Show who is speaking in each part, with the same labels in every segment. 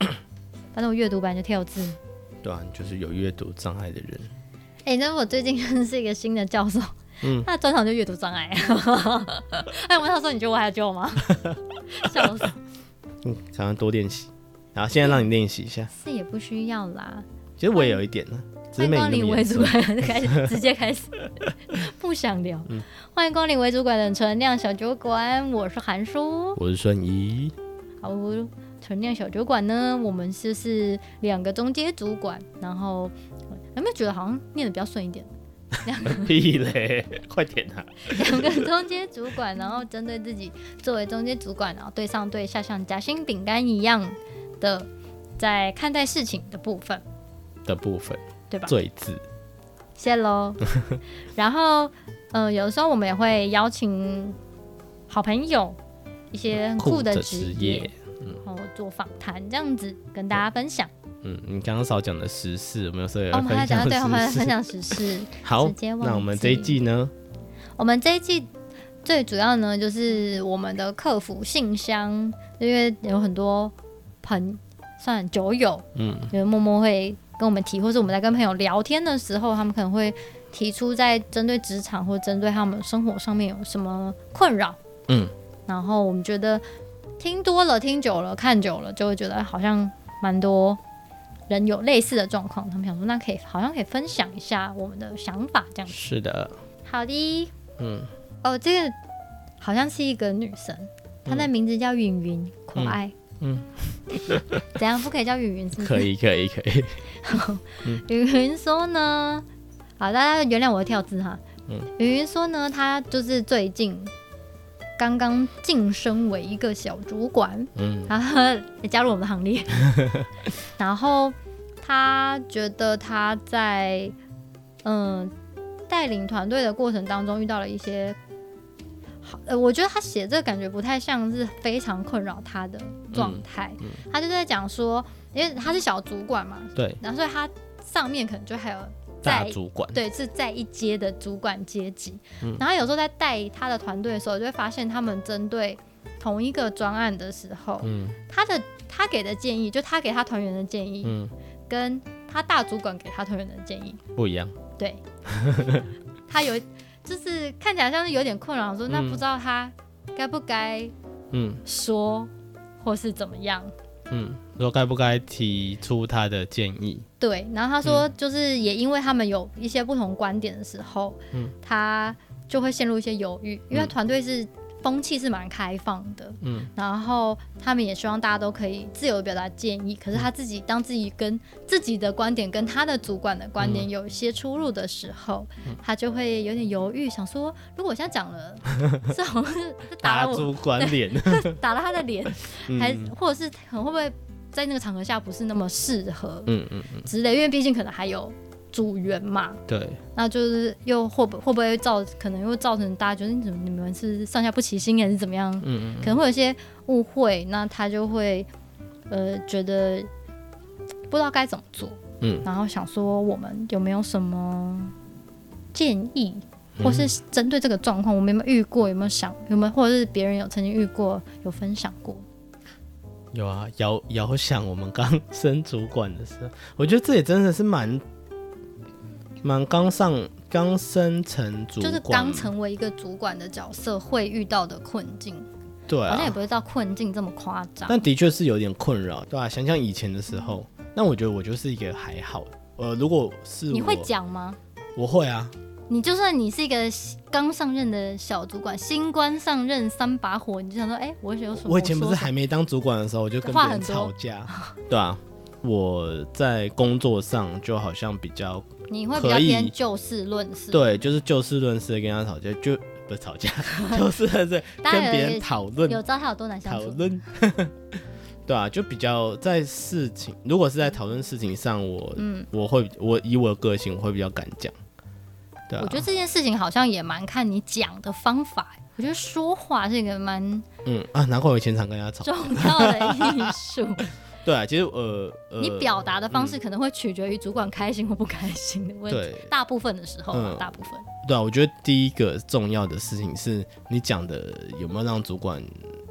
Speaker 1: 反正我阅读本来就跳字。
Speaker 2: 对啊，你就是有阅读障碍的人，
Speaker 1: 哎、你知道我最近认识一个新的教授，
Speaker 2: 嗯
Speaker 1: 他的专长就阅读障碍。 哎，我问他说：“你觉得我还有救吗？” 笑死，
Speaker 2: 嗯，常常多练习。然后现在让你练习一下，
Speaker 1: 是也不需要啦。
Speaker 2: 其实我也有一点呢，只是
Speaker 1: 欢迎
Speaker 2: 没
Speaker 1: 光
Speaker 2: 你
Speaker 1: 临
Speaker 2: 那么
Speaker 1: 为
Speaker 2: 严
Speaker 1: 主
Speaker 2: 重。
Speaker 1: 管，开始直接开始， 不想聊。
Speaker 2: 嗯
Speaker 1: 欢迎光临为主管的存量小酒馆，我是韩叔。
Speaker 2: 我是孙怡，
Speaker 1: 好，存量小酒馆呢，我们就是两个中间主管，然后呃有没有觉得好像念的比较顺一点？
Speaker 2: 屁嘞，快点啊！
Speaker 1: 两个 中间主管，然后针对自己作为中间主管，然后对上对下像夹心饼干一样的在看待事情的部分，
Speaker 2: 的部分，
Speaker 1: 对吧？
Speaker 2: 最字，
Speaker 1: 谢 喽。然后，嗯、有的时候我们也会邀请好朋友一些很酷的
Speaker 2: 的
Speaker 1: 职
Speaker 2: 业
Speaker 1: 业，。然后做访谈这样子跟大家分享。
Speaker 2: 嗯，你刚刚少讲的时事，我们有时候也
Speaker 1: 哦，
Speaker 2: 要
Speaker 1: 我们还
Speaker 2: 分
Speaker 1: 讲
Speaker 2: 享
Speaker 1: 到对，我们还
Speaker 2: 时
Speaker 1: 分
Speaker 2: 事。
Speaker 1: 享时事。
Speaker 2: 好
Speaker 1: 直，接忘记
Speaker 2: 那我们这一季呢，
Speaker 1: 我们这一季最主要呢，就是我们的客服信箱，因为有很多朋算酒友，
Speaker 2: 嗯，
Speaker 1: 就是默默会跟我们提，或是我们在跟朋友聊天的时候，他们可能会提出在针对职场或针对他们生活上面有什么困扰，
Speaker 2: 嗯，
Speaker 1: 然后我们觉得听多了、听久了、看久了，就会觉得好像蛮多。人有类似的状况，他们想说，那可以好像可以分享一下我们的想法这样子。
Speaker 2: 是的，
Speaker 1: 好的，
Speaker 2: 嗯，
Speaker 1: 哦，这个好像是一个女生，她的名字叫云云，可爱。
Speaker 2: 嗯
Speaker 1: 怎样不可以叫云云？是不是
Speaker 2: 可。以，可以，可以。
Speaker 1: 云云说呢，好，大家原谅我的跳字哈。
Speaker 2: 嗯
Speaker 1: 云云说呢，她就是最近刚刚晋升为一个小主管，
Speaker 2: 嗯，
Speaker 1: 然后也加入我们的行 列，然后她觉得她在嗯带领团队的过程当中遇到了一些。好，呃，我觉得她写这个感觉不太像是非常困扰她的状态，
Speaker 2: 嗯
Speaker 1: 她就在讲说，因为她是小主管嘛，
Speaker 2: 对，
Speaker 1: 然后所以他上面可能就还有
Speaker 2: 大
Speaker 1: 在
Speaker 2: 主管，
Speaker 1: 对是在一阶的主管阶级，
Speaker 2: 嗯
Speaker 1: 然后有时候在带他的团队的时候，就会发现他们针对同一个专案的时候，
Speaker 2: 嗯
Speaker 1: 他的他给的建议，就他给他团员的建议，
Speaker 2: 嗯，
Speaker 1: 跟他大主管给他团员的建议，
Speaker 2: 不一样。
Speaker 1: 对，他有就是看起来像是有点困扰，说那不
Speaker 2: 嗯
Speaker 1: 知道他该不该
Speaker 2: 嗯
Speaker 1: 说，或是怎么样。
Speaker 2: 嗯，说该不该提出他的建议？
Speaker 1: 对，然后他说，
Speaker 2: 嗯
Speaker 1: 就是也因为他们有一些不同观点的时候，
Speaker 2: 嗯
Speaker 1: 他就会陷入一些犹豫，因为
Speaker 2: 嗯
Speaker 1: 团队是、风气是蛮开放的，
Speaker 2: 嗯
Speaker 1: 然后他们也希望大家都可以自由地表达建议。可是他自己当自己跟自己的观点跟他的主管的观点
Speaker 2: 嗯
Speaker 1: 有一些出入的时候，他就会有点犹豫，想说，如果我现在讲了，这好像是打
Speaker 2: 大
Speaker 1: 了 我
Speaker 2: 主管脸，
Speaker 1: 打了他的脸，还
Speaker 2: 嗯
Speaker 1: 或者是可能会不会在那个场合下不是那么适合，
Speaker 2: 嗯嗯，
Speaker 1: 之类，因为毕竟可能还有组员嘛，
Speaker 2: 对，
Speaker 1: 那就是又会不会不会造，可能又造成大家觉得你怎么你们是上下不齐心还是怎么样，
Speaker 2: 嗯
Speaker 1: 可能会有一些误会，那他就会呃觉得不知道该怎么做，
Speaker 2: 嗯
Speaker 1: 然后想说我们有没有什么建议，或是
Speaker 2: 嗯
Speaker 1: 针对这个状况，我们有没有遇过，有没有想有没有，或者是别人有曾经遇过，有分享过，
Speaker 2: 有啊，遥遥想我们刚升主管的时候，我觉得这也真的是蛮蛮刚上刚升成主
Speaker 1: 就
Speaker 2: 管，
Speaker 1: 是刚成为一个主管的角色会遇到的困境。
Speaker 2: 对
Speaker 1: 好像也
Speaker 2: 啊，
Speaker 1: 不会到困境这么夸张。
Speaker 2: 但的确是有点困扰，对吧、想想以前的时候，那我觉得我就是一个还好，呃，如果是
Speaker 1: 你
Speaker 2: 我
Speaker 1: 会，讲吗？
Speaker 2: 我会啊，
Speaker 1: 你就算你是一个刚上任的小主管，新官上任三把火，你就想说，哎、我有什么？
Speaker 2: 我以前不
Speaker 1: 说
Speaker 2: 是
Speaker 1: 什么
Speaker 2: 还没当主管的时候，我就跟别
Speaker 1: 话很
Speaker 2: 人
Speaker 1: 多
Speaker 2: 吵架，对啊，我在工作上就好像比较
Speaker 1: 你会比较
Speaker 2: 可以
Speaker 1: 偏就事论事，，
Speaker 2: 对，就是就事论事的跟他吵架，就不是吵架， 就事论事
Speaker 1: 当
Speaker 2: 跟
Speaker 1: 然有
Speaker 2: 别人讨
Speaker 1: 有
Speaker 2: 论
Speaker 1: 知道他有多难相
Speaker 2: 讨
Speaker 1: 处。
Speaker 2: 论， 对啊，就比较在事情，如果是在讨论事情上，我、
Speaker 1: 嗯，
Speaker 2: 我会我以我的个性，我会比较敢讲，对啊，
Speaker 1: 我觉得这件事情好像也蛮看你讲的方法。我觉得说话是一个蛮
Speaker 2: 嗯啊，难怪我以前常跟他吵，
Speaker 1: 重要的艺术，
Speaker 2: 对啊，其实呃 呃，
Speaker 1: 你表达的方式可能会取决于主管开心或不开心的问题。
Speaker 2: 对
Speaker 1: 大部分的时候啊，
Speaker 2: 嗯
Speaker 1: 大部分
Speaker 2: 对啊，我觉得第一个重要的事情是你讲的有没有让主管，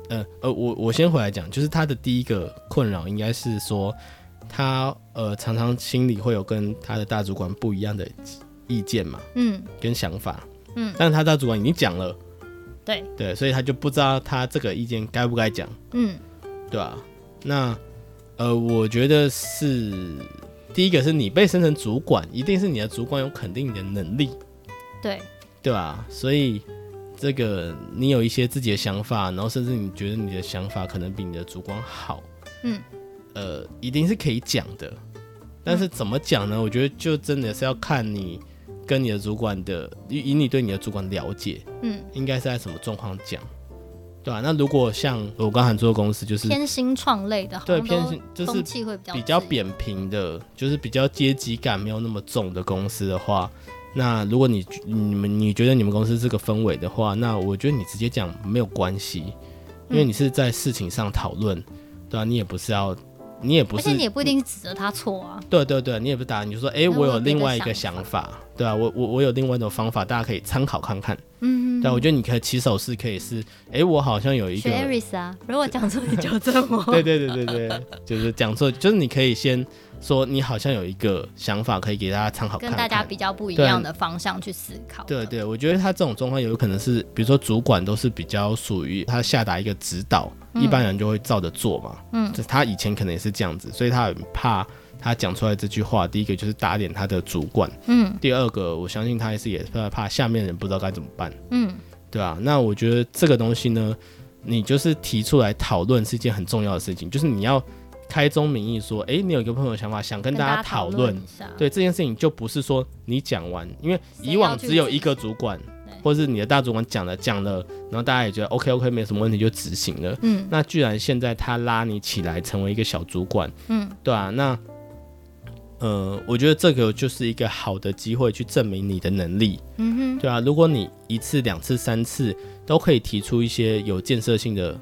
Speaker 2: 呃呃，我我先回来讲，就是他的第一个困扰应该是说，他呃常常心里会有跟他的大主管不一样的意见嘛，
Speaker 1: 嗯
Speaker 2: 跟想法，
Speaker 1: 嗯，
Speaker 2: 但是他大主管已经讲了，
Speaker 1: 对，
Speaker 2: 对，所以他就不知道他这个意见该不该讲，
Speaker 1: 嗯
Speaker 2: 对吧、那呃，我觉得是第一个是你被升成主管，一定是你的主管有肯定你的能力，
Speaker 1: 对，
Speaker 2: 对吧、啊所以这个你有一些自己的想法，然后甚至你觉得你的想法可能比你的主管好，
Speaker 1: 嗯，
Speaker 2: 呃，一定是可以讲的。但是怎么讲呢？我觉得就真的是要看你跟你的主管的，以以你对你的主管了解，
Speaker 1: 嗯，
Speaker 2: 应该是在什么状况讲，对吧、啊那如果像我刚才做的公司，就是
Speaker 1: 偏新创类的，好
Speaker 2: 对
Speaker 1: 像都
Speaker 2: 偏心就是
Speaker 1: 风气会比较
Speaker 2: 比较
Speaker 1: 自由，
Speaker 2: 扁平的，就是比较阶级感没有那么重的公司的话，那如果你你们你觉得你们公司这个氛围的话，那我觉得你直接讲没有关系，因为你是在事情上讨论，对啊，你也不是要，你也不
Speaker 1: 而
Speaker 2: 是嗯
Speaker 1: 且，你也不一定指责他错啊，
Speaker 2: 对对对，你也不打，你就说，哎、
Speaker 1: 那我
Speaker 2: 我
Speaker 1: 有
Speaker 2: 有
Speaker 1: 别
Speaker 2: 另
Speaker 1: 的
Speaker 2: 外一个
Speaker 1: 想
Speaker 2: 想法，对啊，我我我有另外一种方法，大家可以参考看看。
Speaker 1: 嗯，
Speaker 2: 对啊，我觉得你可以起手式可以是，哎、我好像有一个
Speaker 1: 学 Aris 啊，如果讲错你纠正我，
Speaker 2: 对对对对对，就是讲错，就是你可以先说你好像有一个想法可以给大家参考
Speaker 1: 跟
Speaker 2: 看看，
Speaker 1: 大家比较不一
Speaker 2: 对
Speaker 1: 样的方向去思考，
Speaker 2: 对，对，我觉得他这种状况有可能是，比如说主管都是比较属于他下达一个指导，一般人就会照着做嘛。
Speaker 1: 嗯
Speaker 2: 这他以前可能也是这样子，所以他很怕他讲出来这句话，第一个就是打脸他的主管，
Speaker 1: 嗯
Speaker 2: 第二个我相信他也是也怕怕下面人不知道该怎么办。
Speaker 1: 嗯
Speaker 2: 对啊，那我觉得这个东西呢，你就是提出来讨论是一件很重要的事情，就是你要开宗明义说，诶，你有一个朋友的想法，想跟
Speaker 1: 跟大
Speaker 2: 大家讨
Speaker 1: 论
Speaker 2: 论。
Speaker 1: 一下，
Speaker 2: 对这件事情，就不是说你讲完，因为
Speaker 1: 谁
Speaker 2: 以往
Speaker 1: 要去
Speaker 2: 只有
Speaker 1: 执
Speaker 2: 一个主管
Speaker 1: 对，
Speaker 2: 或是你的大主管讲了讲了，然后大家也觉得 OK OK 没什么问题就执行了。
Speaker 1: 嗯
Speaker 2: 那居然现在他拉你起来成为一个小主管，
Speaker 1: 嗯
Speaker 2: 对啊，那呃，我觉得这个就是一个好的机会去证明你的能力。
Speaker 1: 嗯哼，
Speaker 2: 对啊，如果你一次、两次、三次都可以提出一些有建设性的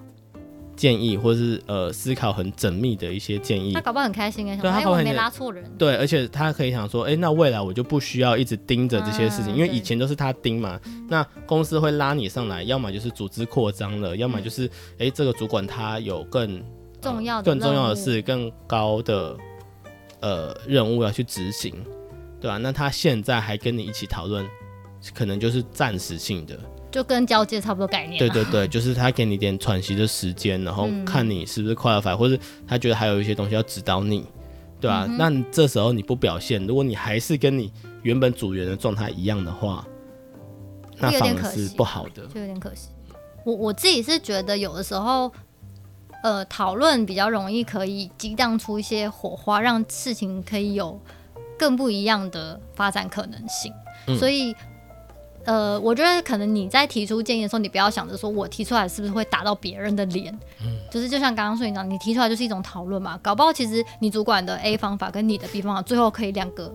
Speaker 2: 建议，或是呃思考很缜密的一些建议
Speaker 1: 他，搞不好很开心哎，想
Speaker 2: 对
Speaker 1: 说
Speaker 2: 他
Speaker 1: 哎
Speaker 2: 搞不
Speaker 1: 我
Speaker 2: 好
Speaker 1: 没
Speaker 2: 很哦
Speaker 1: 拉错人，
Speaker 2: 对，而且他可以想说，诶，那未来我就不需要一直盯着这些事情，
Speaker 1: 啊
Speaker 2: 因为
Speaker 1: 对
Speaker 2: 以前都是他盯嘛。那公司会拉你上来，要么就是组织扩张了，要么就是诶，这个主管他有更
Speaker 1: 重要的
Speaker 2: 更重要的
Speaker 1: 任务
Speaker 2: 是更高的呃任务要去执行，对吧、那他现在还跟你一起讨论，可能就是暂时性的。
Speaker 1: 就跟交接差不多概念，
Speaker 2: 对，对对，就是他给你点喘息的时间，然后
Speaker 1: 嗯
Speaker 2: 看你是不是 qualify，、或者他觉得还有一些东西要指导你，对
Speaker 1: 嗯
Speaker 2: 啊，那你这时候你不表现，如果你还是跟你原本组员的状态一样的话，那
Speaker 1: 会有
Speaker 2: 反
Speaker 1: 点
Speaker 2: 而
Speaker 1: 可
Speaker 2: 是
Speaker 1: 惜
Speaker 2: 不好的。
Speaker 1: 就有点可惜。我我自己是觉得有的时候，呃，讨论比较容易可以激荡出一些火花，让事情可以有更不一样的发展可能性。
Speaker 2: 嗯
Speaker 1: 所以，呃，我觉得可能你在提出建议的时候，你不要想着说我提出来是不是会打到别人的脸，
Speaker 2: 嗯
Speaker 1: 就是就像刚刚说你讲，你提出来就是一种讨论嘛，搞不好其实你主管的 A 方法跟你的 B 方法最后可以两个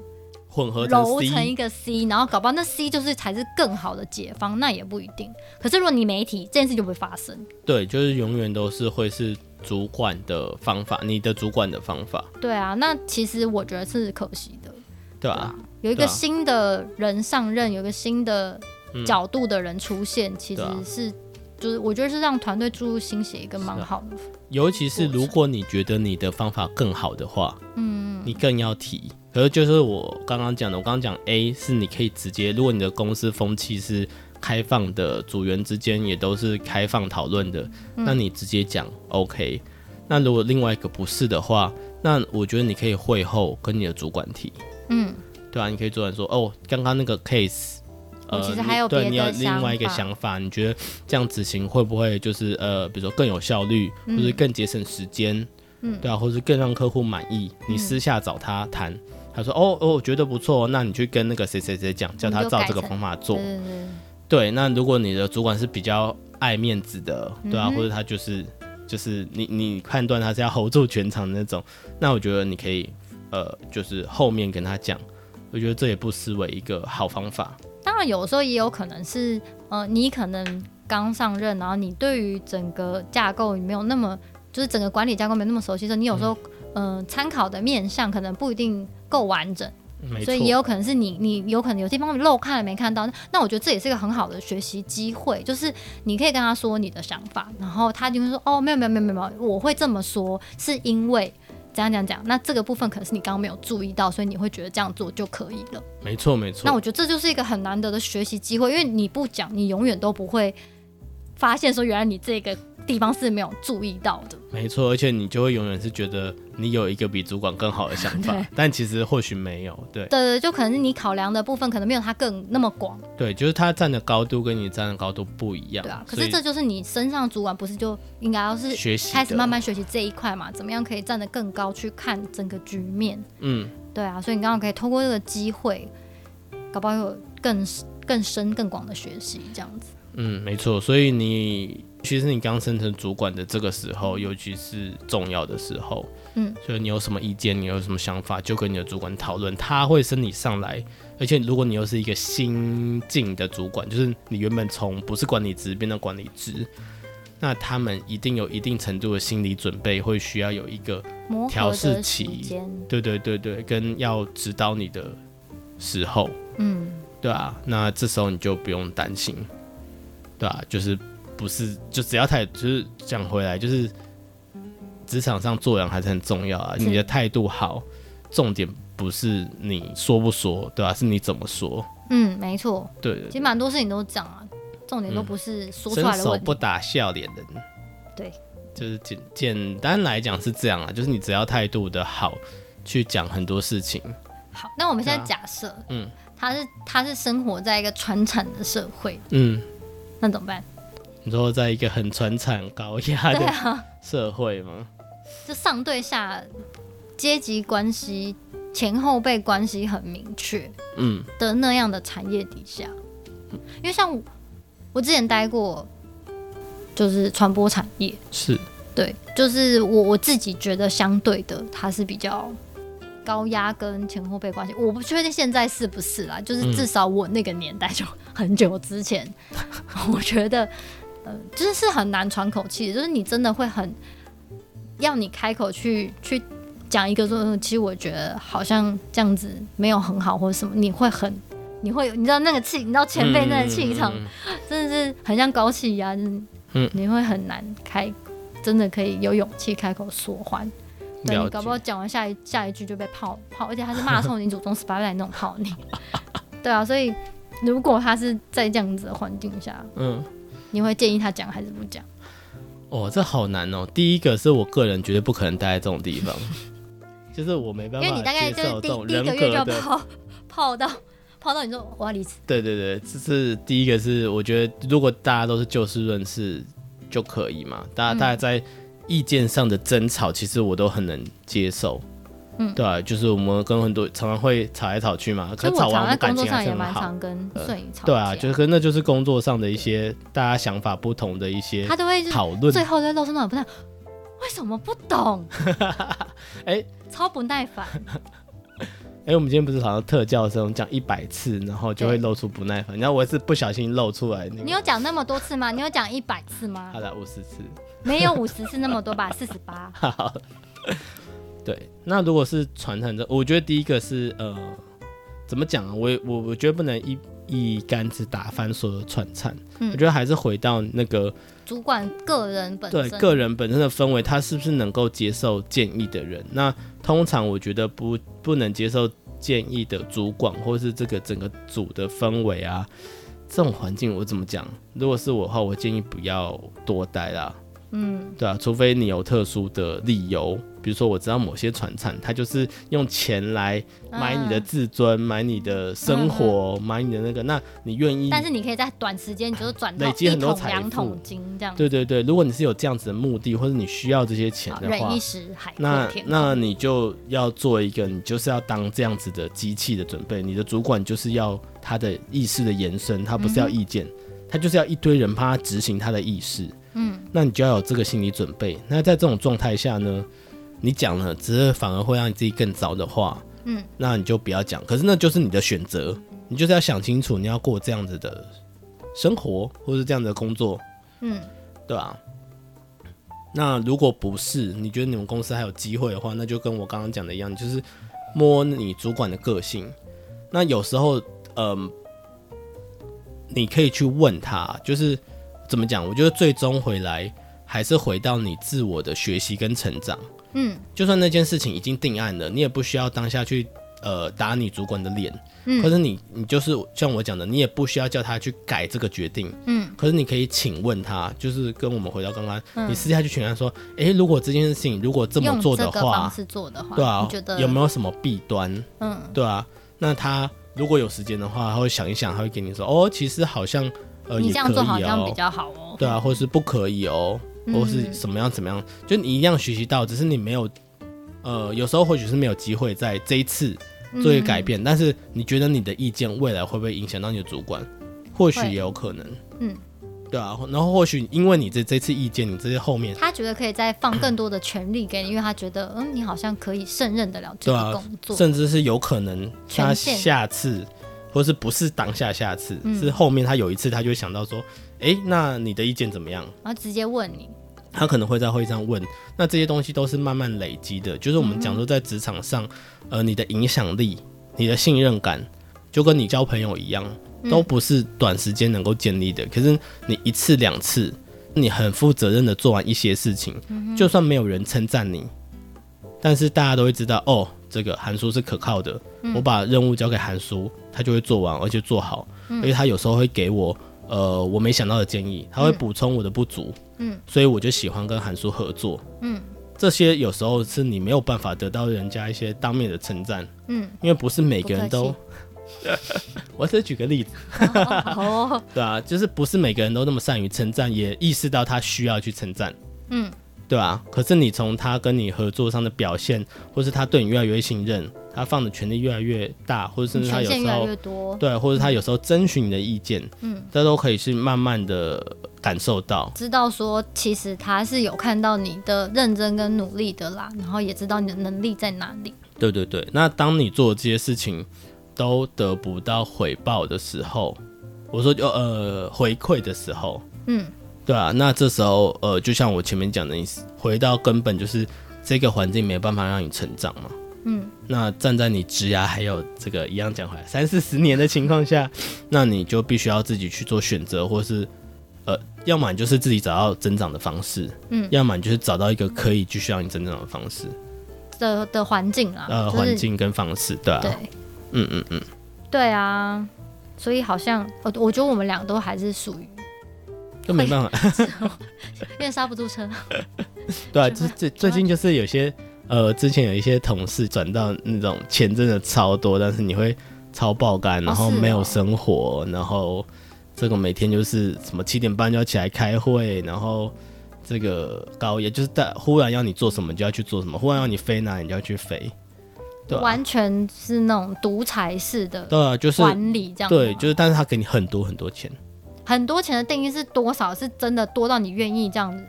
Speaker 2: 混合成
Speaker 1: 揉
Speaker 2: C，
Speaker 1: 成一个 C，然后搞不好那 C 就是才是更好的解方，那也不一定。可是如果你没提，这件事就不会发生。
Speaker 2: 对，就是永远都是会是主管的方法，你的主管的方法，
Speaker 1: 对啊，那其实我觉得是可惜的。
Speaker 2: 对吧、
Speaker 1: 有一个
Speaker 2: 对啊嗯
Speaker 1: 新的人上任，有一个新的角度的人出现，其实
Speaker 2: 对啊
Speaker 1: 是就是我觉得是让团队注入新血一个蛮
Speaker 2: 是啊
Speaker 1: 好的。
Speaker 2: 尤其
Speaker 1: 过
Speaker 2: 是
Speaker 1: 程
Speaker 2: 如果你觉得你的方法更好的话，嗯，你更要提。可是就是我刚刚讲的，我刚刚讲 A 是你可以直接，如果你的公司风气是开放的，组员之间也都是开放讨论的，
Speaker 1: 嗯
Speaker 2: 那你直接讲 OK。那如果另外一个不是的话，那我觉得你可以会后跟你的主管提，
Speaker 1: 嗯，
Speaker 2: 对啊，你可以主管说，哦，刚刚那个 case，
Speaker 1: 我
Speaker 2: 呃，
Speaker 1: 其实
Speaker 2: 你
Speaker 1: 还有别
Speaker 2: 对你有
Speaker 1: 的
Speaker 2: 另外一个
Speaker 1: 想法
Speaker 2: 想法，你觉得这样执行会不会就是呃，比如说更有效率，或是更节省时间，
Speaker 1: 嗯
Speaker 2: 对啊，或是更让客户满意？你私下找他谈，他说哦哦，我觉得不错，那你去跟那个谁谁谁讲，叫
Speaker 1: 你
Speaker 2: 他
Speaker 1: 就
Speaker 2: 照
Speaker 1: 改
Speaker 2: 这个
Speaker 1: 成
Speaker 2: 方法做
Speaker 1: 对。对对，
Speaker 2: 对，那如果你的主管是比较爱面子的，对啊，
Speaker 1: 嗯哼
Speaker 2: 或者他就是就是你你判断他是要 hold 住全场的那种，那我觉得你可以呃，就是后面跟他讲，我觉得这也不失为一个好方法。
Speaker 1: 当然，有时候也有可能是，呃，你可能刚上任，然后你对于整个架构没有那么，就是整个管理架构没那么熟悉的时候，你有时候，嗯、参考的面向可能不一定够完整，
Speaker 2: 没
Speaker 1: 所以也有可能是你，你有可能有地方漏看了没看到。那那我觉得这也是一个很好的学习机会，就是你可以跟他说你的想法，然后他就会说，哦，没有没有没有没有没有，我会这么说是因为。怎样讲讲，那这个部分可能是你刚刚没有注意到，所以你会觉得这样做就可以了。
Speaker 2: 没错没错。
Speaker 1: 那我觉得这就是一个很难得的学习机会，因为你不讲，你永远都不会发现说原来你这个地方是没有注意到的。
Speaker 2: 没错，而且你就会永远是觉得你有一个比主管更好的想 法
Speaker 1: 对，
Speaker 2: 但其实或许没有。对
Speaker 1: 对对，就可能是你考量的部分可能没有他更那么广，
Speaker 2: 对，就是他站的高度跟你站的高度不一样。
Speaker 1: 对啊。可
Speaker 2: 所
Speaker 1: 是
Speaker 2: 以
Speaker 1: 这就是你身上主管不是就应该要是
Speaker 2: 学习
Speaker 1: 开始
Speaker 2: 的
Speaker 1: 慢慢学习这一块嘛？怎么样可以站得更高去看整个局面？
Speaker 2: 嗯，
Speaker 1: 对啊，所以你刚好可以透过这个机会，搞不好有更更深更广的学习这样子。
Speaker 2: 嗯，没错。所以你其实你刚升成主管的这个时候，尤其是重要的时候，
Speaker 1: 嗯，
Speaker 2: 所以你有什么意见，你有什么想法，就跟你的主管讨论，他会升你上来。而且如果你又是一个新进的主管，就是你原本从不是管理职变成管理职，那他们一定有一定程度的心理准备，会需要有一个
Speaker 1: 磨合
Speaker 2: 调试
Speaker 1: 的时
Speaker 2: 期
Speaker 1: 间，
Speaker 2: 对对对对，跟要指导你的时候，
Speaker 1: 嗯，
Speaker 2: 对啊，那这时候你就不用担心，对啊，就是不是就只要态，就是讲回来，就是职场上做人还是很重要啊。
Speaker 1: 是
Speaker 2: 你的态度好，重点不是你说不说，对啊，是你怎么说，
Speaker 1: 嗯，没错，
Speaker 2: 对对
Speaker 1: 其实蛮多事情都这样啊，重点都不是说出
Speaker 2: 嗯伸
Speaker 1: 来的
Speaker 2: 手
Speaker 1: 问题，
Speaker 2: 不打笑脸人。
Speaker 1: 对，
Speaker 2: 就是简简单来讲是这样啊，就是你只要态度的好，去讲很多事情，
Speaker 1: 好，那我们现在
Speaker 2: 对啊
Speaker 1: 假设，
Speaker 2: 嗯，
Speaker 1: 他是他是生活在一个传产的社会，
Speaker 2: 嗯。
Speaker 1: 那怎么办？
Speaker 2: 你说在一个很传产高压
Speaker 1: 对
Speaker 2: 的
Speaker 1: 啊，
Speaker 2: 社会吗？
Speaker 1: 就上对下阶级关系、前后辈关系很明确
Speaker 2: 嗯
Speaker 1: 的那样的产业底下，因为像我我之前待过，就是传播产业，
Speaker 2: 是，
Speaker 1: 对，就是我我自己觉得相对的，它是比较高压跟前后辈关系。我不确定现在是不是啦，就是至少我那个年代就很久之前， 我觉得，呃，就是是很难喘口气的，就是你真的会很要你开口去去讲一个说，嗯其实我觉得好像这样子没有很好或者什么，你会很。你会，你知道那个气，你知道前辈那个气场，
Speaker 2: 嗯
Speaker 1: 真的是很像高气压，就是
Speaker 2: 嗯
Speaker 1: 你会很难开，真的可以有勇气开口说话。对
Speaker 2: 了
Speaker 1: 你
Speaker 2: 解
Speaker 1: 搞不好讲完下一下一句就被泡泡，而且他是骂臭你祖宗十八代那种泡你。 对啊，所以如果他是在这样子的环境下，
Speaker 2: 嗯，
Speaker 1: 你会建议他讲还是不讲？
Speaker 2: 哦，这好难哦。第一个是我个人绝对不可能待在这种地 方，就是我没办
Speaker 1: 因
Speaker 2: 法
Speaker 1: 为你大概
Speaker 2: 接
Speaker 1: 就
Speaker 2: 受
Speaker 1: 是
Speaker 2: 这
Speaker 1: 第
Speaker 2: 种
Speaker 1: 第一
Speaker 2: 人
Speaker 1: 个月就
Speaker 2: 格
Speaker 1: 要
Speaker 2: 的。
Speaker 1: 泡 泡到泡到你说我要离职，
Speaker 2: 对对对，这是第一个是我觉得，如果大家都是就事论事就可以嘛，大
Speaker 1: 嗯
Speaker 2: 家大家在意见上的争吵，其实我都很能接受。
Speaker 1: 嗯
Speaker 2: 对啊，就是我们跟很多常常会吵来吵去嘛，
Speaker 1: 其
Speaker 2: 可
Speaker 1: 实
Speaker 2: 是吵
Speaker 1: 我
Speaker 2: 完我
Speaker 1: 常在
Speaker 2: 们
Speaker 1: 工
Speaker 2: 感
Speaker 1: 作
Speaker 2: 情还
Speaker 1: 上
Speaker 2: 是
Speaker 1: 也
Speaker 2: 很
Speaker 1: 蛮
Speaker 2: 好。
Speaker 1: 常跟顺宇吵
Speaker 2: 对啊，
Speaker 1: 架
Speaker 2: 就是可那就是工作上的一些大家想法不同的一些
Speaker 1: 他都会就是
Speaker 2: 讨论。
Speaker 1: 最后就露出那种不太为什么不懂，
Speaker 2: 哎
Speaker 1: 超不耐烦。
Speaker 2: 哎、我们今天不是好像特教生讲一百次，然后就会露出不耐烦。然后我是不小心露出来那
Speaker 1: 你
Speaker 2: 个。
Speaker 1: 有讲那么多次吗？你有讲一百次吗
Speaker 2: 好？了，五十次。
Speaker 1: 没有五十次那么多吧， 四十八。
Speaker 2: 好。对，那如果是传承的，我觉得第一个是呃，怎么讲啊？我我我觉得不能一一竿子打翻所有传承。
Speaker 1: 嗯
Speaker 2: 我觉得还是回到那个
Speaker 1: 主管个人本
Speaker 2: 对
Speaker 1: 身，
Speaker 2: 个人本身的氛围，他是不是能够接受建议的人？那通常我觉得不不能接受建议的主管，或是这个整个组的氛围啊，这种环境我怎么讲？如果是我的话，我建议不要多待啦。嗯，对啊，除非你有特殊的理由，比如说我知道某些传产，他就是用钱来买你的
Speaker 1: 嗯
Speaker 2: 自尊，买你的生活，买你的那个，那你愿意
Speaker 1: 但是你可以在短时间，你就是转
Speaker 2: 累
Speaker 1: 到
Speaker 2: 积
Speaker 1: 一
Speaker 2: 很多
Speaker 1: 桶
Speaker 2: 财富
Speaker 1: 两桶金这样，
Speaker 2: 对对对，如果你是有这样子的目的，或者你需要这些钱
Speaker 1: 好
Speaker 2: 的话
Speaker 1: 忍一，时海阔
Speaker 2: 那
Speaker 1: 天空。
Speaker 2: 那你就要做一个，你就是要当这样子的机器的准备。你的主管就是要他的意识的延伸，他不是要意
Speaker 1: 嗯
Speaker 2: 见，他就是要一堆人帮他执行他的意识。嗯，那你就要有这个心理准备。那在这种状态下呢，你讲了，只是反而会让你自己更糟的话，
Speaker 1: 嗯，
Speaker 2: 那你就不要讲。可是那就是你的选择，你就是要想清楚，你要过这样子的生活，或是这样子的工作，
Speaker 1: 嗯，
Speaker 2: 对啊。那如果不是，你觉得你们公司还有机会的话，那就跟我刚刚讲的一样，你就是摸你主管的个性。那有时候，嗯，你可以去问他，就是怎么讲？我觉得最终回来还是回到你自我的学习跟成长。
Speaker 1: 嗯
Speaker 2: 就算那件事情已经定案了，你也不需要当下去呃打你主管的脸。
Speaker 1: 嗯
Speaker 2: 可是你你就是像我讲的，你也不需要叫他去改这个决定。
Speaker 1: 嗯
Speaker 2: 可是你可以请问他，就是跟我们回到刚刚，你私下去请他说，诶，如果这件事情如果这么
Speaker 1: 用
Speaker 2: 做
Speaker 1: 这
Speaker 2: 的
Speaker 1: 个方
Speaker 2: 话，
Speaker 1: 式做的话，
Speaker 2: 对啊
Speaker 1: 你觉得，
Speaker 2: 有没有什么弊端？
Speaker 1: 嗯
Speaker 2: 对啊，那他如果有时间的话，他会想一想，他会给你说，哦，其实好像呃
Speaker 1: 你
Speaker 2: 也
Speaker 1: 这
Speaker 2: 可
Speaker 1: 样
Speaker 2: 以
Speaker 1: 做好像比
Speaker 2: 哦，
Speaker 1: 较好哦。
Speaker 2: 对啊，或是不可以哦，或是
Speaker 1: 嗯
Speaker 2: 怎么样怎么样，就你一样学习到，只是你没有。呃，有时候或许是没有机会在这一次
Speaker 1: 嗯
Speaker 2: 做一个改变，但是你觉得你的意见未来会不会影响到你的主管？或许
Speaker 1: 会
Speaker 2: 也有可能，
Speaker 1: 嗯，
Speaker 2: 对啊。然后或许因为你这这次意见，你这些后面
Speaker 1: 他觉得可以再放更多的权利给你，因为他觉得，嗯，你好像可以胜任得了这
Speaker 2: 对
Speaker 1: 个
Speaker 2: 啊
Speaker 1: 工作。
Speaker 2: 甚至是有可能他
Speaker 1: 权限
Speaker 2: 下次，或是不是当下下次，是后面他有一次他就会想到说，诶，那你的意见怎么样？
Speaker 1: 然后直接问你，
Speaker 2: 他可能会在会议上问，那这些东西都是慢慢累积的，就是我们讲说在职场上，呃，你的影响力、你的信任感，就跟你交朋友一样，
Speaker 1: 嗯
Speaker 2: 都不是短时间能够建立的。可是你一次两次，你很负责任的做完一些事情，
Speaker 1: 嗯
Speaker 2: 就算没有人称赞你，但是大家都会知道，哦，这个韩叔是可靠的，
Speaker 1: 嗯
Speaker 2: 我把任务交给韩叔，他就会做完，而且做好，
Speaker 1: 嗯
Speaker 2: 而且他有时候会给我。呃，我没想到的建议，他会补充我的不足，所以我就喜欢跟韩叔合作。
Speaker 1: 嗯，
Speaker 2: 这些有时候是你没有办法得到人家一些当面的称赞，
Speaker 1: 嗯，
Speaker 2: 因为不是每个人
Speaker 1: 不
Speaker 2: 都
Speaker 1: 客。
Speaker 2: 我只是举个例子，
Speaker 1: 哦，
Speaker 2: 对啊，就是不是每个人都那么善于称赞，也意识到他需要去称赞，
Speaker 1: 嗯，
Speaker 2: 对啊。可是你从他跟你合作上的表现，或是他对你越来越信任，他放的权力越来越大，或者甚至
Speaker 1: 权
Speaker 2: 他有
Speaker 1: 限
Speaker 2: 时
Speaker 1: 越来
Speaker 2: 候
Speaker 1: 越多，
Speaker 2: 对，或者他有时候征询你的意见，嗯，这都可以去慢慢的感受到。
Speaker 1: 知道说其实他是有看到你的认真跟努力的啦，然后也知道你的能力在哪里。
Speaker 2: 对对对，那当你做这些事情都得不到回报的时候，我说就呃回馈的时候，
Speaker 1: 嗯，
Speaker 2: 对啊，那这时候呃，就像我前面讲的，你回到根本就是这个环境没办法让你成长嘛。
Speaker 1: 嗯，
Speaker 2: 那站在你职涯还有这个一样讲回来三四十年的情况下，那你就必须要自己去做选择，或是呃，要么你就是自己找到增长的方式，
Speaker 1: 嗯
Speaker 2: 要么你就是找到一个可以继续让你增长的方式，
Speaker 1: 的的环境啦，
Speaker 2: 呃，
Speaker 1: 啊就是
Speaker 2: 环境跟方式，对啊，
Speaker 1: 对，
Speaker 2: 嗯嗯嗯，
Speaker 1: 对啊，所以好像我我觉得我们俩都还是属于
Speaker 2: 就 没办法，
Speaker 1: 有点刹不住车。
Speaker 2: 对啊，
Speaker 1: 就
Speaker 2: 就是是最最近就是有些呃，之前有一些同事转到那种钱真的超多，但是你会超爆肝，然后
Speaker 1: 是哦
Speaker 2: 没有生活，然后这个每天就是什么七点半就要起来开会，然后这个高也就是大忽然要你做什么就要去做什么，忽然要你飞哪你就要去飞，对啊，
Speaker 1: 完全是那种独裁式的
Speaker 2: 对啊，就是
Speaker 1: 管理，这样吗
Speaker 2: 对，就是但是他给你很多很多钱。
Speaker 1: 很多钱的定义是多少？是真的多到你愿意这样子？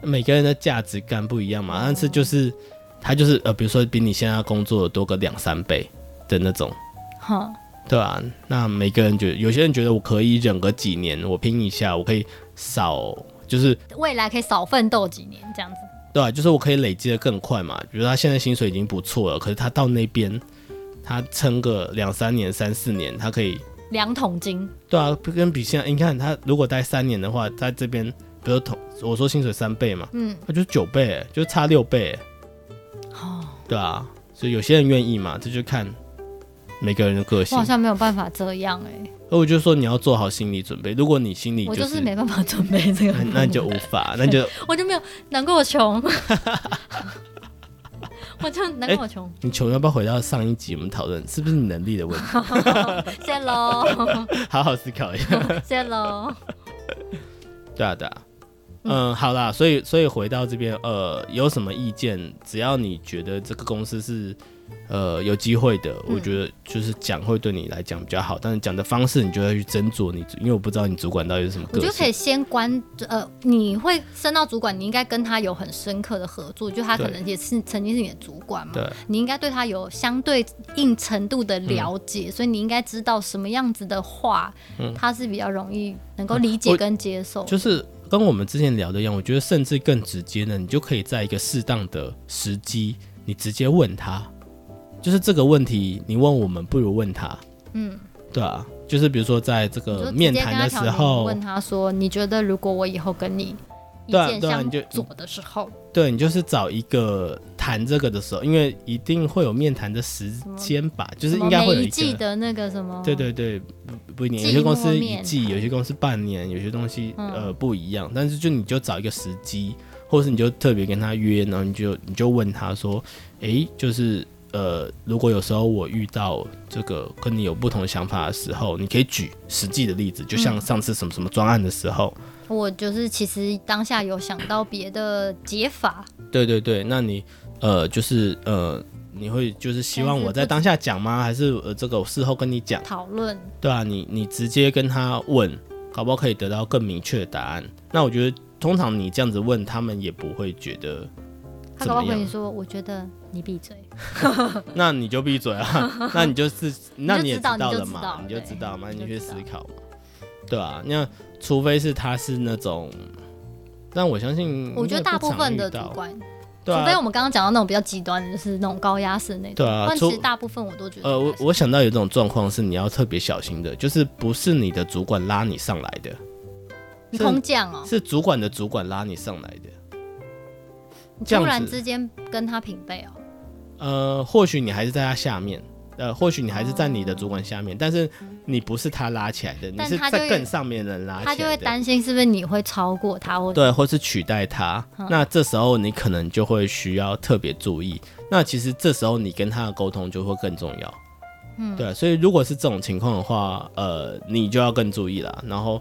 Speaker 2: 每个人的价值观不一样嘛，但是就是他就是呃，比如说比你现在工作的多个两三倍的那种，
Speaker 1: 哈，
Speaker 2: 对吧、那每个人觉得，有些人觉得我可以忍个几年，我拼一下，我可以少，就是
Speaker 1: 未来可以少奋斗几年这样子。
Speaker 2: 对吧、就是我可以累积的更快嘛。比如他现在薪水已经不错了，可是他到那边，他撑个两三年、三四年，他可以，
Speaker 1: 两桶金，
Speaker 2: 对啊，跟比现在，你看他如果待三年的话，在这边，比如同我说薪水三倍嘛，
Speaker 1: 嗯，
Speaker 2: 他就是九倍、就是差六倍、
Speaker 1: 哦，
Speaker 2: 对啊，所以有些人愿意嘛，这就看每个人的个
Speaker 1: 我
Speaker 2: 性
Speaker 1: 好。像没有办法这样哎、
Speaker 2: 而我就说你要做好心理准备，如果你心里
Speaker 1: 我
Speaker 2: 是，
Speaker 1: 就是没办法准备这个
Speaker 2: 那，那你就无法，那你就
Speaker 1: 我就没有，难怪我穷， 我就难怪我穷，
Speaker 2: 你穷要不要回到上一集我们讨论是不是你能力 的问题？
Speaker 1: 谢喽，
Speaker 2: 好好思考一下。
Speaker 1: 谢喽，
Speaker 2: 对啊，对啊。嗯，好啦，所以所以回到这边，呃，有什么意见？只要你觉得这个公司是呃有机会的，
Speaker 1: 嗯
Speaker 2: 我觉得就是讲会对你来讲比较好，但是讲的方式你就要去斟酌你，因为我不知道你主管到底是什么
Speaker 1: 我
Speaker 2: 个
Speaker 1: 觉得可
Speaker 2: 性
Speaker 1: 以。先关，呃，你会升到主管，你应该跟他有很深刻的合作，就他可
Speaker 2: 对
Speaker 1: 能也是曾经是你的主管嘛，
Speaker 2: 对，嗯
Speaker 1: 你应该对他有相对应程度的了解，所以你应该知道什么样子的话，他是比较容易能够理
Speaker 2: 嗯
Speaker 1: 解
Speaker 2: 我
Speaker 1: 跟接受。
Speaker 2: 就是跟我们之前聊的一样，我觉得甚至更直接呢，你就可以在一个适当的时机，你直接问他，就是这个问题，你问我们不如问他，
Speaker 1: 嗯，
Speaker 2: 对啊，就是比如说在这
Speaker 1: 你就
Speaker 2: 个
Speaker 1: 直接
Speaker 2: 呃面
Speaker 1: 跟
Speaker 2: 谈
Speaker 1: 他
Speaker 2: 的
Speaker 1: 挑
Speaker 2: 时
Speaker 1: 明
Speaker 2: 候，
Speaker 1: 问他说：“你觉得如果我以后跟你意
Speaker 2: 对啊
Speaker 1: 见
Speaker 2: 对啊
Speaker 1: 相
Speaker 2: 你就
Speaker 1: 左的时候，
Speaker 2: 对你就是找一个谈这个的时候，因为一定会有面谈的时间吧，就是
Speaker 1: 什么
Speaker 2: 应该会有
Speaker 1: 每
Speaker 2: 一
Speaker 1: 季
Speaker 2: 个。
Speaker 1: 的那个什么，
Speaker 2: 对对对，不不一定，
Speaker 1: 季
Speaker 2: 有些公
Speaker 1: 末
Speaker 2: 司一
Speaker 1: 面
Speaker 2: 季，
Speaker 1: 谈
Speaker 2: 有些公司半年，有些东西
Speaker 1: 嗯
Speaker 2: 呃不一样。但是就你就找一个时机，或是你就特别跟他约，然后你就你就问他说，诶，就是呃，如果有时候我遇到这个跟你有不同想法的时候，你可以举实际的例子，就
Speaker 1: 嗯
Speaker 2: 像上次什么什么专案的时候，
Speaker 1: 我就是其实当下有想到别的解法，
Speaker 2: 对对对，那你呃就是呃。你会就是希望我在当下讲吗？
Speaker 1: 哎
Speaker 2: 还是呃这个我事后跟你讲？
Speaker 1: 讨论
Speaker 2: 对啊，你你直接跟他问，搞不好可以得到更明确的答案。那我觉得通常你这样子问，他们也不会觉得
Speaker 1: 他
Speaker 2: 怎
Speaker 1: 搞不
Speaker 2: 么
Speaker 1: 好跟
Speaker 2: 样
Speaker 1: 你。说，我觉得你闭嘴，
Speaker 2: 那你就闭嘴 啊，那你就是那你也
Speaker 1: 知道
Speaker 2: 道
Speaker 1: 你就
Speaker 2: 了
Speaker 1: 知
Speaker 2: 嘛
Speaker 1: 道，
Speaker 2: 你就
Speaker 1: 对
Speaker 2: 知道嘛，
Speaker 1: 你
Speaker 2: 你
Speaker 1: 就
Speaker 2: 去
Speaker 1: 知
Speaker 2: 思
Speaker 1: 道
Speaker 2: 考嘛，对啊，那除非是他是那种，但我相信
Speaker 1: 我觉得
Speaker 2: 应该
Speaker 1: 大部
Speaker 2: 不嗯常
Speaker 1: 分
Speaker 2: 遇
Speaker 1: 的主
Speaker 2: 到
Speaker 1: 管，
Speaker 2: 对
Speaker 1: 除非
Speaker 2: 啊
Speaker 1: 我，们刚刚讲到那种比较极端的，就是那种高压式那种，
Speaker 2: 对啊
Speaker 1: 但
Speaker 2: 除
Speaker 1: 其实大部分我都觉得
Speaker 2: 呃，我
Speaker 1: 还是
Speaker 2: 我想到有一种状况是你要特别小心的，就是不是你的主管拉你上来的，
Speaker 1: 你
Speaker 2: 是
Speaker 1: 空降哦，
Speaker 2: 是主管的主管拉你上来的。
Speaker 1: 你
Speaker 2: 这样
Speaker 1: 突
Speaker 2: 子
Speaker 1: 然之间跟他平辈哦，
Speaker 2: 呃，或许你还是在他下面，呃，或许你还是在你的主管下面，但是你不是他拉起来的，你
Speaker 1: 但
Speaker 2: 是
Speaker 1: 他就
Speaker 2: 在
Speaker 1: 会
Speaker 2: 更上面的人拉起来
Speaker 1: 他
Speaker 2: 的，
Speaker 1: 就会担心是不是你会超过他，或者
Speaker 2: 对，啊或是取代他。
Speaker 1: 嗯
Speaker 2: 那这时候你可能就会需要特别注意。那其实这时候你跟他的沟通就会更重要。嗯，对，所以如果是这种情况的话，呃，你就要更注意啦，然后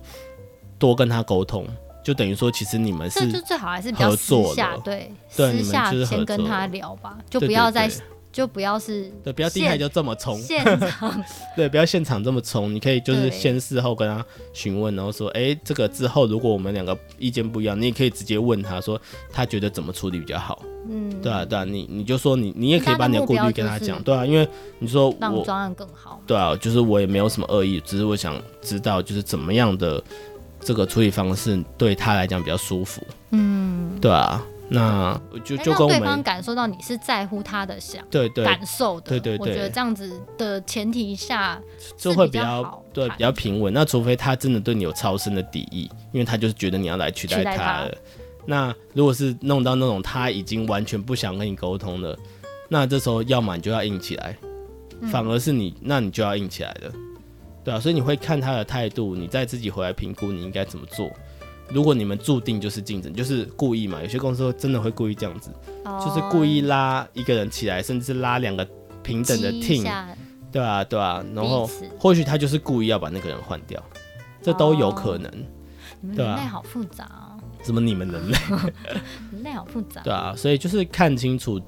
Speaker 2: 多跟他沟通，就等于说，其实你们
Speaker 1: 这
Speaker 2: 是
Speaker 1: 就最好还是比较
Speaker 2: 合
Speaker 1: 私
Speaker 2: 作
Speaker 1: 下
Speaker 2: 的
Speaker 1: 对
Speaker 2: 对你
Speaker 1: 私
Speaker 2: 们
Speaker 1: 下
Speaker 2: 就是合
Speaker 1: 先跟
Speaker 2: 作
Speaker 1: 他
Speaker 2: 的
Speaker 1: 聊吧，就
Speaker 2: 对
Speaker 1: 不
Speaker 2: 对
Speaker 1: 要再
Speaker 2: 对
Speaker 1: 就不要是
Speaker 2: 对，不要第一台
Speaker 1: 现
Speaker 2: 就这么冲。
Speaker 1: 现 场
Speaker 2: 对，不要现场这么冲，你可以就是
Speaker 1: 对
Speaker 2: 先事后跟他询问，然后说，诶，这个之后如果我们两个意见不一样，你也可以直接问他说，他觉得怎么处理比较好。嗯，对啊，对啊，你你就说你你也可以把你的顾虑跟
Speaker 1: 他的
Speaker 2: 他
Speaker 1: 目标就
Speaker 2: 讲，
Speaker 1: 是
Speaker 2: 对啊，因为你说
Speaker 1: 让
Speaker 2: 我，
Speaker 1: 专案更好。
Speaker 2: 对啊，就是我也没有什么恶意，只是我想知道就是怎么样的这个处理方式对他来讲比较舒服。嗯，对啊，那就
Speaker 1: 哎
Speaker 2: 就
Speaker 1: 让
Speaker 2: 跟我
Speaker 1: 对方
Speaker 2: 们
Speaker 1: 感受到你是在乎他的想
Speaker 2: 对对
Speaker 1: 感受的，
Speaker 2: 对对
Speaker 1: 我
Speaker 2: 对
Speaker 1: 觉得这样子的前提下，
Speaker 2: 就是会
Speaker 1: 比
Speaker 2: 比
Speaker 1: 较
Speaker 2: 较
Speaker 1: 好
Speaker 2: 对
Speaker 1: 谈
Speaker 2: 比较平稳。那除非他真的对你有超深的敌意，因为他就是觉得你要来取代
Speaker 1: 取代他
Speaker 2: 了。那如果是弄到那种他已经完全不想跟你沟通了，那这时候要么你就要硬起来，
Speaker 1: 嗯
Speaker 2: 反而是你那你就要硬起来了，对啊，所以你会看他的态度，你再自己回来评估你应该怎么做。如果你们注定就是竞争，就是故意嘛，有些公司会真的会故意这样子，
Speaker 1: 哦
Speaker 2: 就是故意拉一个人起来，甚至拉两个平等的
Speaker 1: 激一
Speaker 2: team，
Speaker 1: 下
Speaker 2: 对啊，对啊，然后
Speaker 1: 彼此
Speaker 2: 或许他就是故意要把那个人换掉，这都有可能。
Speaker 1: 哦你们
Speaker 2: 对啊
Speaker 1: 人类好复杂、哦，
Speaker 2: 怎么你们人类？
Speaker 1: 人类好复杂。
Speaker 2: 对啊，所以就是看清楚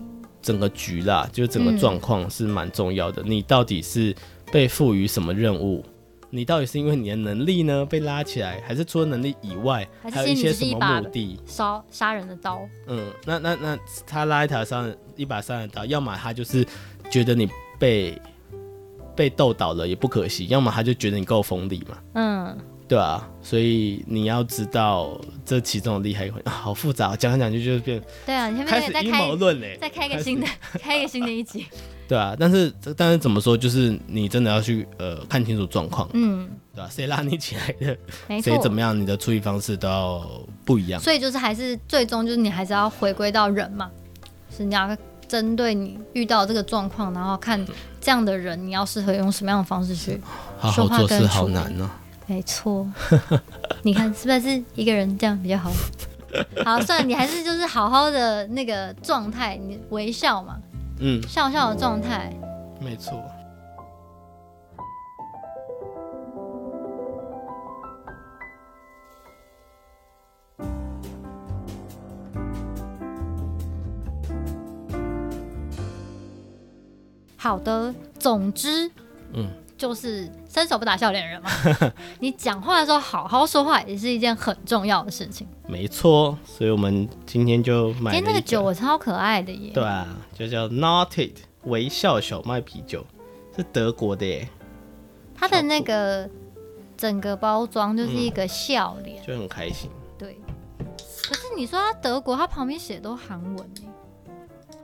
Speaker 2: 整个局啦，就是整个状况是蛮重要的。你到底是被赋予什么任务？你到底是因为你的能力呢被拉起来，还是除了能力以外，
Speaker 1: 还
Speaker 2: 还
Speaker 1: 是
Speaker 2: 有一
Speaker 1: 心里
Speaker 2: 些
Speaker 1: 是
Speaker 2: 什
Speaker 1: 一
Speaker 2: 么
Speaker 1: 把
Speaker 2: 目的？
Speaker 1: 杀杀人的刀，
Speaker 2: 嗯，那那那他拉一条三一把三人刀，要么他就是觉得你被被斗倒了也不可惜，要么他就觉得你够锋利嘛。
Speaker 1: 嗯，
Speaker 2: 对啊，所以你要知道这其中的厉害一环、 啊，好复杂哦、讲来讲去就是变
Speaker 1: 对啊，你前
Speaker 2: 开
Speaker 1: 面
Speaker 2: 始
Speaker 1: 再
Speaker 2: 阴
Speaker 1: 开
Speaker 2: 谋论嘞。
Speaker 1: 再开一个新的， 开一个新的一 集，
Speaker 2: 对啊，但是但是怎么说，就是你真的要去呃看清楚状况，
Speaker 1: 嗯，
Speaker 2: 对吧、啊谁拉你起来的，
Speaker 1: 没错
Speaker 2: 谁。怎么样，你的处理方式都要不一样。
Speaker 1: 所以就是还是最终就是你还是要回归到人嘛，是你要针对你遇到这个状况，然后看这样的人你要适合用什么样的方式去。
Speaker 2: 好好做事好难哦、
Speaker 1: 没错， 你看是不是一个人这样比较 好？好，算了，你还是就是好好的那个状态，你微笑嘛，
Speaker 2: 嗯，
Speaker 1: 笑笑的状态。
Speaker 2: 没错。
Speaker 1: 好的，总之，
Speaker 2: 嗯，
Speaker 1: 就是伸手不打笑脸人嘛。 你讲话的时候好好说话也是一件很重要的事情。
Speaker 2: 没错，所以我们今天就买
Speaker 1: 今
Speaker 2: 了
Speaker 1: 天那
Speaker 2: 一
Speaker 1: 个酒我超可爱的耶，
Speaker 2: 对啊，就叫 Naughty 微笑小麦啤酒，是德国的耶，
Speaker 1: 它的那个整个包装就是一个笑脸，
Speaker 2: 就很开心。
Speaker 1: 对。可是你说它德国，它旁边写都韩文耶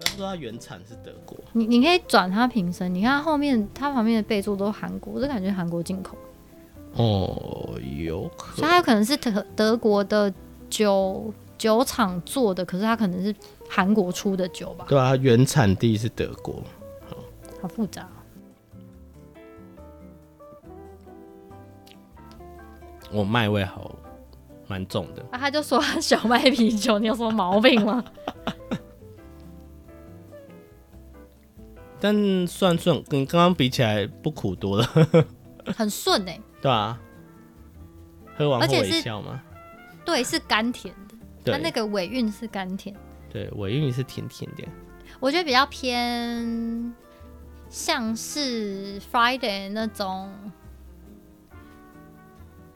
Speaker 2: 他说他原产是德国，
Speaker 1: 你你可以转它瓶身，你看它后面它旁边的备注都韩国，我就感觉韩国进口，
Speaker 2: 哦，有可
Speaker 1: 所以它有可能是德德国的酒酒厂做的，可是它可能是韩国出的酒吧，
Speaker 2: 对啊，原产地是德国。
Speaker 1: 好复杂哦。
Speaker 2: 我麦味好蛮重的，
Speaker 1: 啊，他就说他小麦啤酒，你有什么毛病 吗？
Speaker 2: 但算算跟刚刚比起来不苦多了，
Speaker 1: 很顺哎、
Speaker 2: 对啊。喝完
Speaker 1: 而
Speaker 2: 后
Speaker 1: 且
Speaker 2: 微
Speaker 1: 是
Speaker 2: 笑嘛，
Speaker 1: 对，是甘甜的，它
Speaker 2: 对
Speaker 1: 那个尾韵是甘甜，
Speaker 2: 对，尾韵是甜甜的。
Speaker 1: 我觉得比较偏像是 Friday 那种，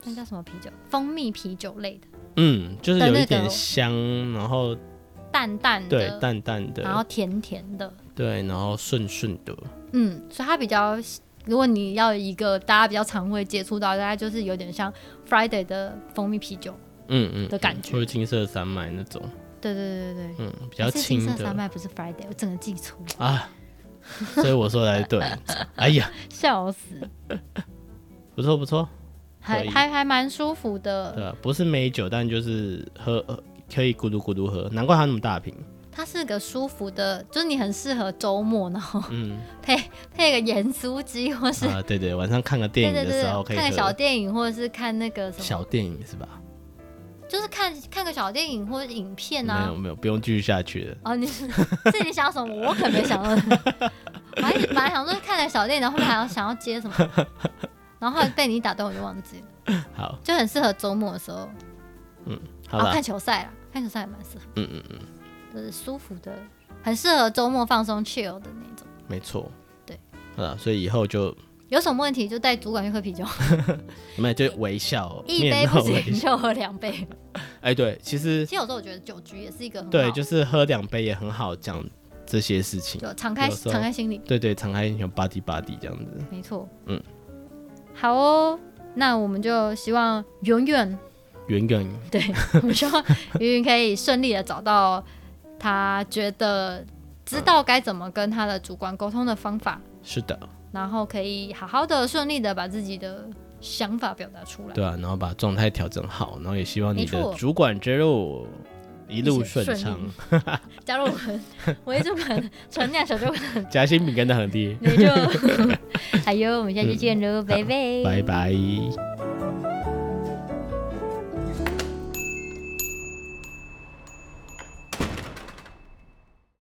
Speaker 1: 那叫什么啤酒？蜂蜜啤酒类的，
Speaker 2: 嗯，就是
Speaker 1: 的
Speaker 2: 有
Speaker 1: 那
Speaker 2: 一点
Speaker 1: 个
Speaker 2: 香，然后
Speaker 1: 淡淡
Speaker 2: 对
Speaker 1: 的，
Speaker 2: 淡淡
Speaker 1: 然后
Speaker 2: 的，
Speaker 1: 甜甜的，
Speaker 2: 对，然后顺顺的，
Speaker 1: 嗯，所以它比较，如果你要一个大家比较常会接触到，大概就是有点像 Friday 的蜂蜜啤酒。
Speaker 2: 嗯嗯
Speaker 1: 的感
Speaker 2: 嗯
Speaker 1: 觉
Speaker 2: 或者金色山脉那种，
Speaker 1: 对对对对对，
Speaker 2: 嗯，比较
Speaker 1: 是金
Speaker 2: 轻
Speaker 1: 色山
Speaker 2: 的
Speaker 1: 脉不是 Friday，我整个记错，
Speaker 2: 啊。所以我说来 对，哎呀，
Speaker 1: 笑死，
Speaker 2: 不错不错，
Speaker 1: 还
Speaker 2: 可以
Speaker 1: 还还蛮舒服的
Speaker 2: 对。啊，不是美酒，但就是喝呃可以咕噜咕噜喝，难怪它那么大瓶。
Speaker 1: 它是个舒服的，就是你很适合周末，然后
Speaker 2: 嗯
Speaker 1: 配配个盐酥鸡，或是、
Speaker 2: 啊，对对，晚上看个电
Speaker 1: 对
Speaker 2: 影
Speaker 1: 对对
Speaker 2: 的时候可
Speaker 1: 对，
Speaker 2: 以
Speaker 1: 看个小
Speaker 2: 喝
Speaker 1: 电影，或者是看那个什么，
Speaker 2: 小电影是吧？
Speaker 1: 就是看看个小电影或者影片
Speaker 2: 没
Speaker 1: 啊
Speaker 2: 有。没有，不用继续下去了。
Speaker 1: 哦，你是是你想什么？我可没想 到，我还本来想说看个小电影，然后后面还要想要接什么，然后后来被你打断，我就忘记了，
Speaker 2: 好，
Speaker 1: 就很适合周末的时候，
Speaker 2: 好
Speaker 1: 哦、
Speaker 2: 啦，
Speaker 1: 看球赛啦，看球赛也蛮适合，
Speaker 2: 嗯嗯嗯，
Speaker 1: 就是舒服的，很适合周末放松 chill 的那种。
Speaker 2: 没错，
Speaker 1: 对，
Speaker 2: 好啦，所以以后就
Speaker 1: 有什么问题就带主管去喝啤酒。
Speaker 2: 你们就微笑，
Speaker 1: 一杯
Speaker 2: 面
Speaker 1: 不
Speaker 2: 露微
Speaker 1: 行
Speaker 2: 笑。
Speaker 1: 就喝两 杯。
Speaker 2: 哎，对，其实
Speaker 1: 其实有时候我觉得酒局也是一个很好
Speaker 2: 对，就是喝两杯也很好讲这些事情。
Speaker 1: 就敞开
Speaker 2: 有时候
Speaker 1: 敞开心里，
Speaker 2: 对对，敞开你的 body body 这样子。
Speaker 1: 没错。
Speaker 2: 嗯，
Speaker 1: 好哦，那我们就希望圆圆，
Speaker 2: 圆圆，
Speaker 1: 对我们 希望圆圆可以顺利的找到他觉得知道该怎么跟他的主管沟通的方法，
Speaker 2: 是的，
Speaker 1: 然后可以好好的顺利的把自己的想法表达出来。
Speaker 2: 对啊，然后把状态调整好，然后也希望你
Speaker 1: 没
Speaker 2: 的
Speaker 1: 错
Speaker 2: 主管之路一路顺畅
Speaker 1: 顺，加入我们， 我一直很 存量小主管，
Speaker 2: 夹心饼干的很 低，
Speaker 1: 你就哎呦，我们下期见喽，拜拜，
Speaker 2: 拜拜。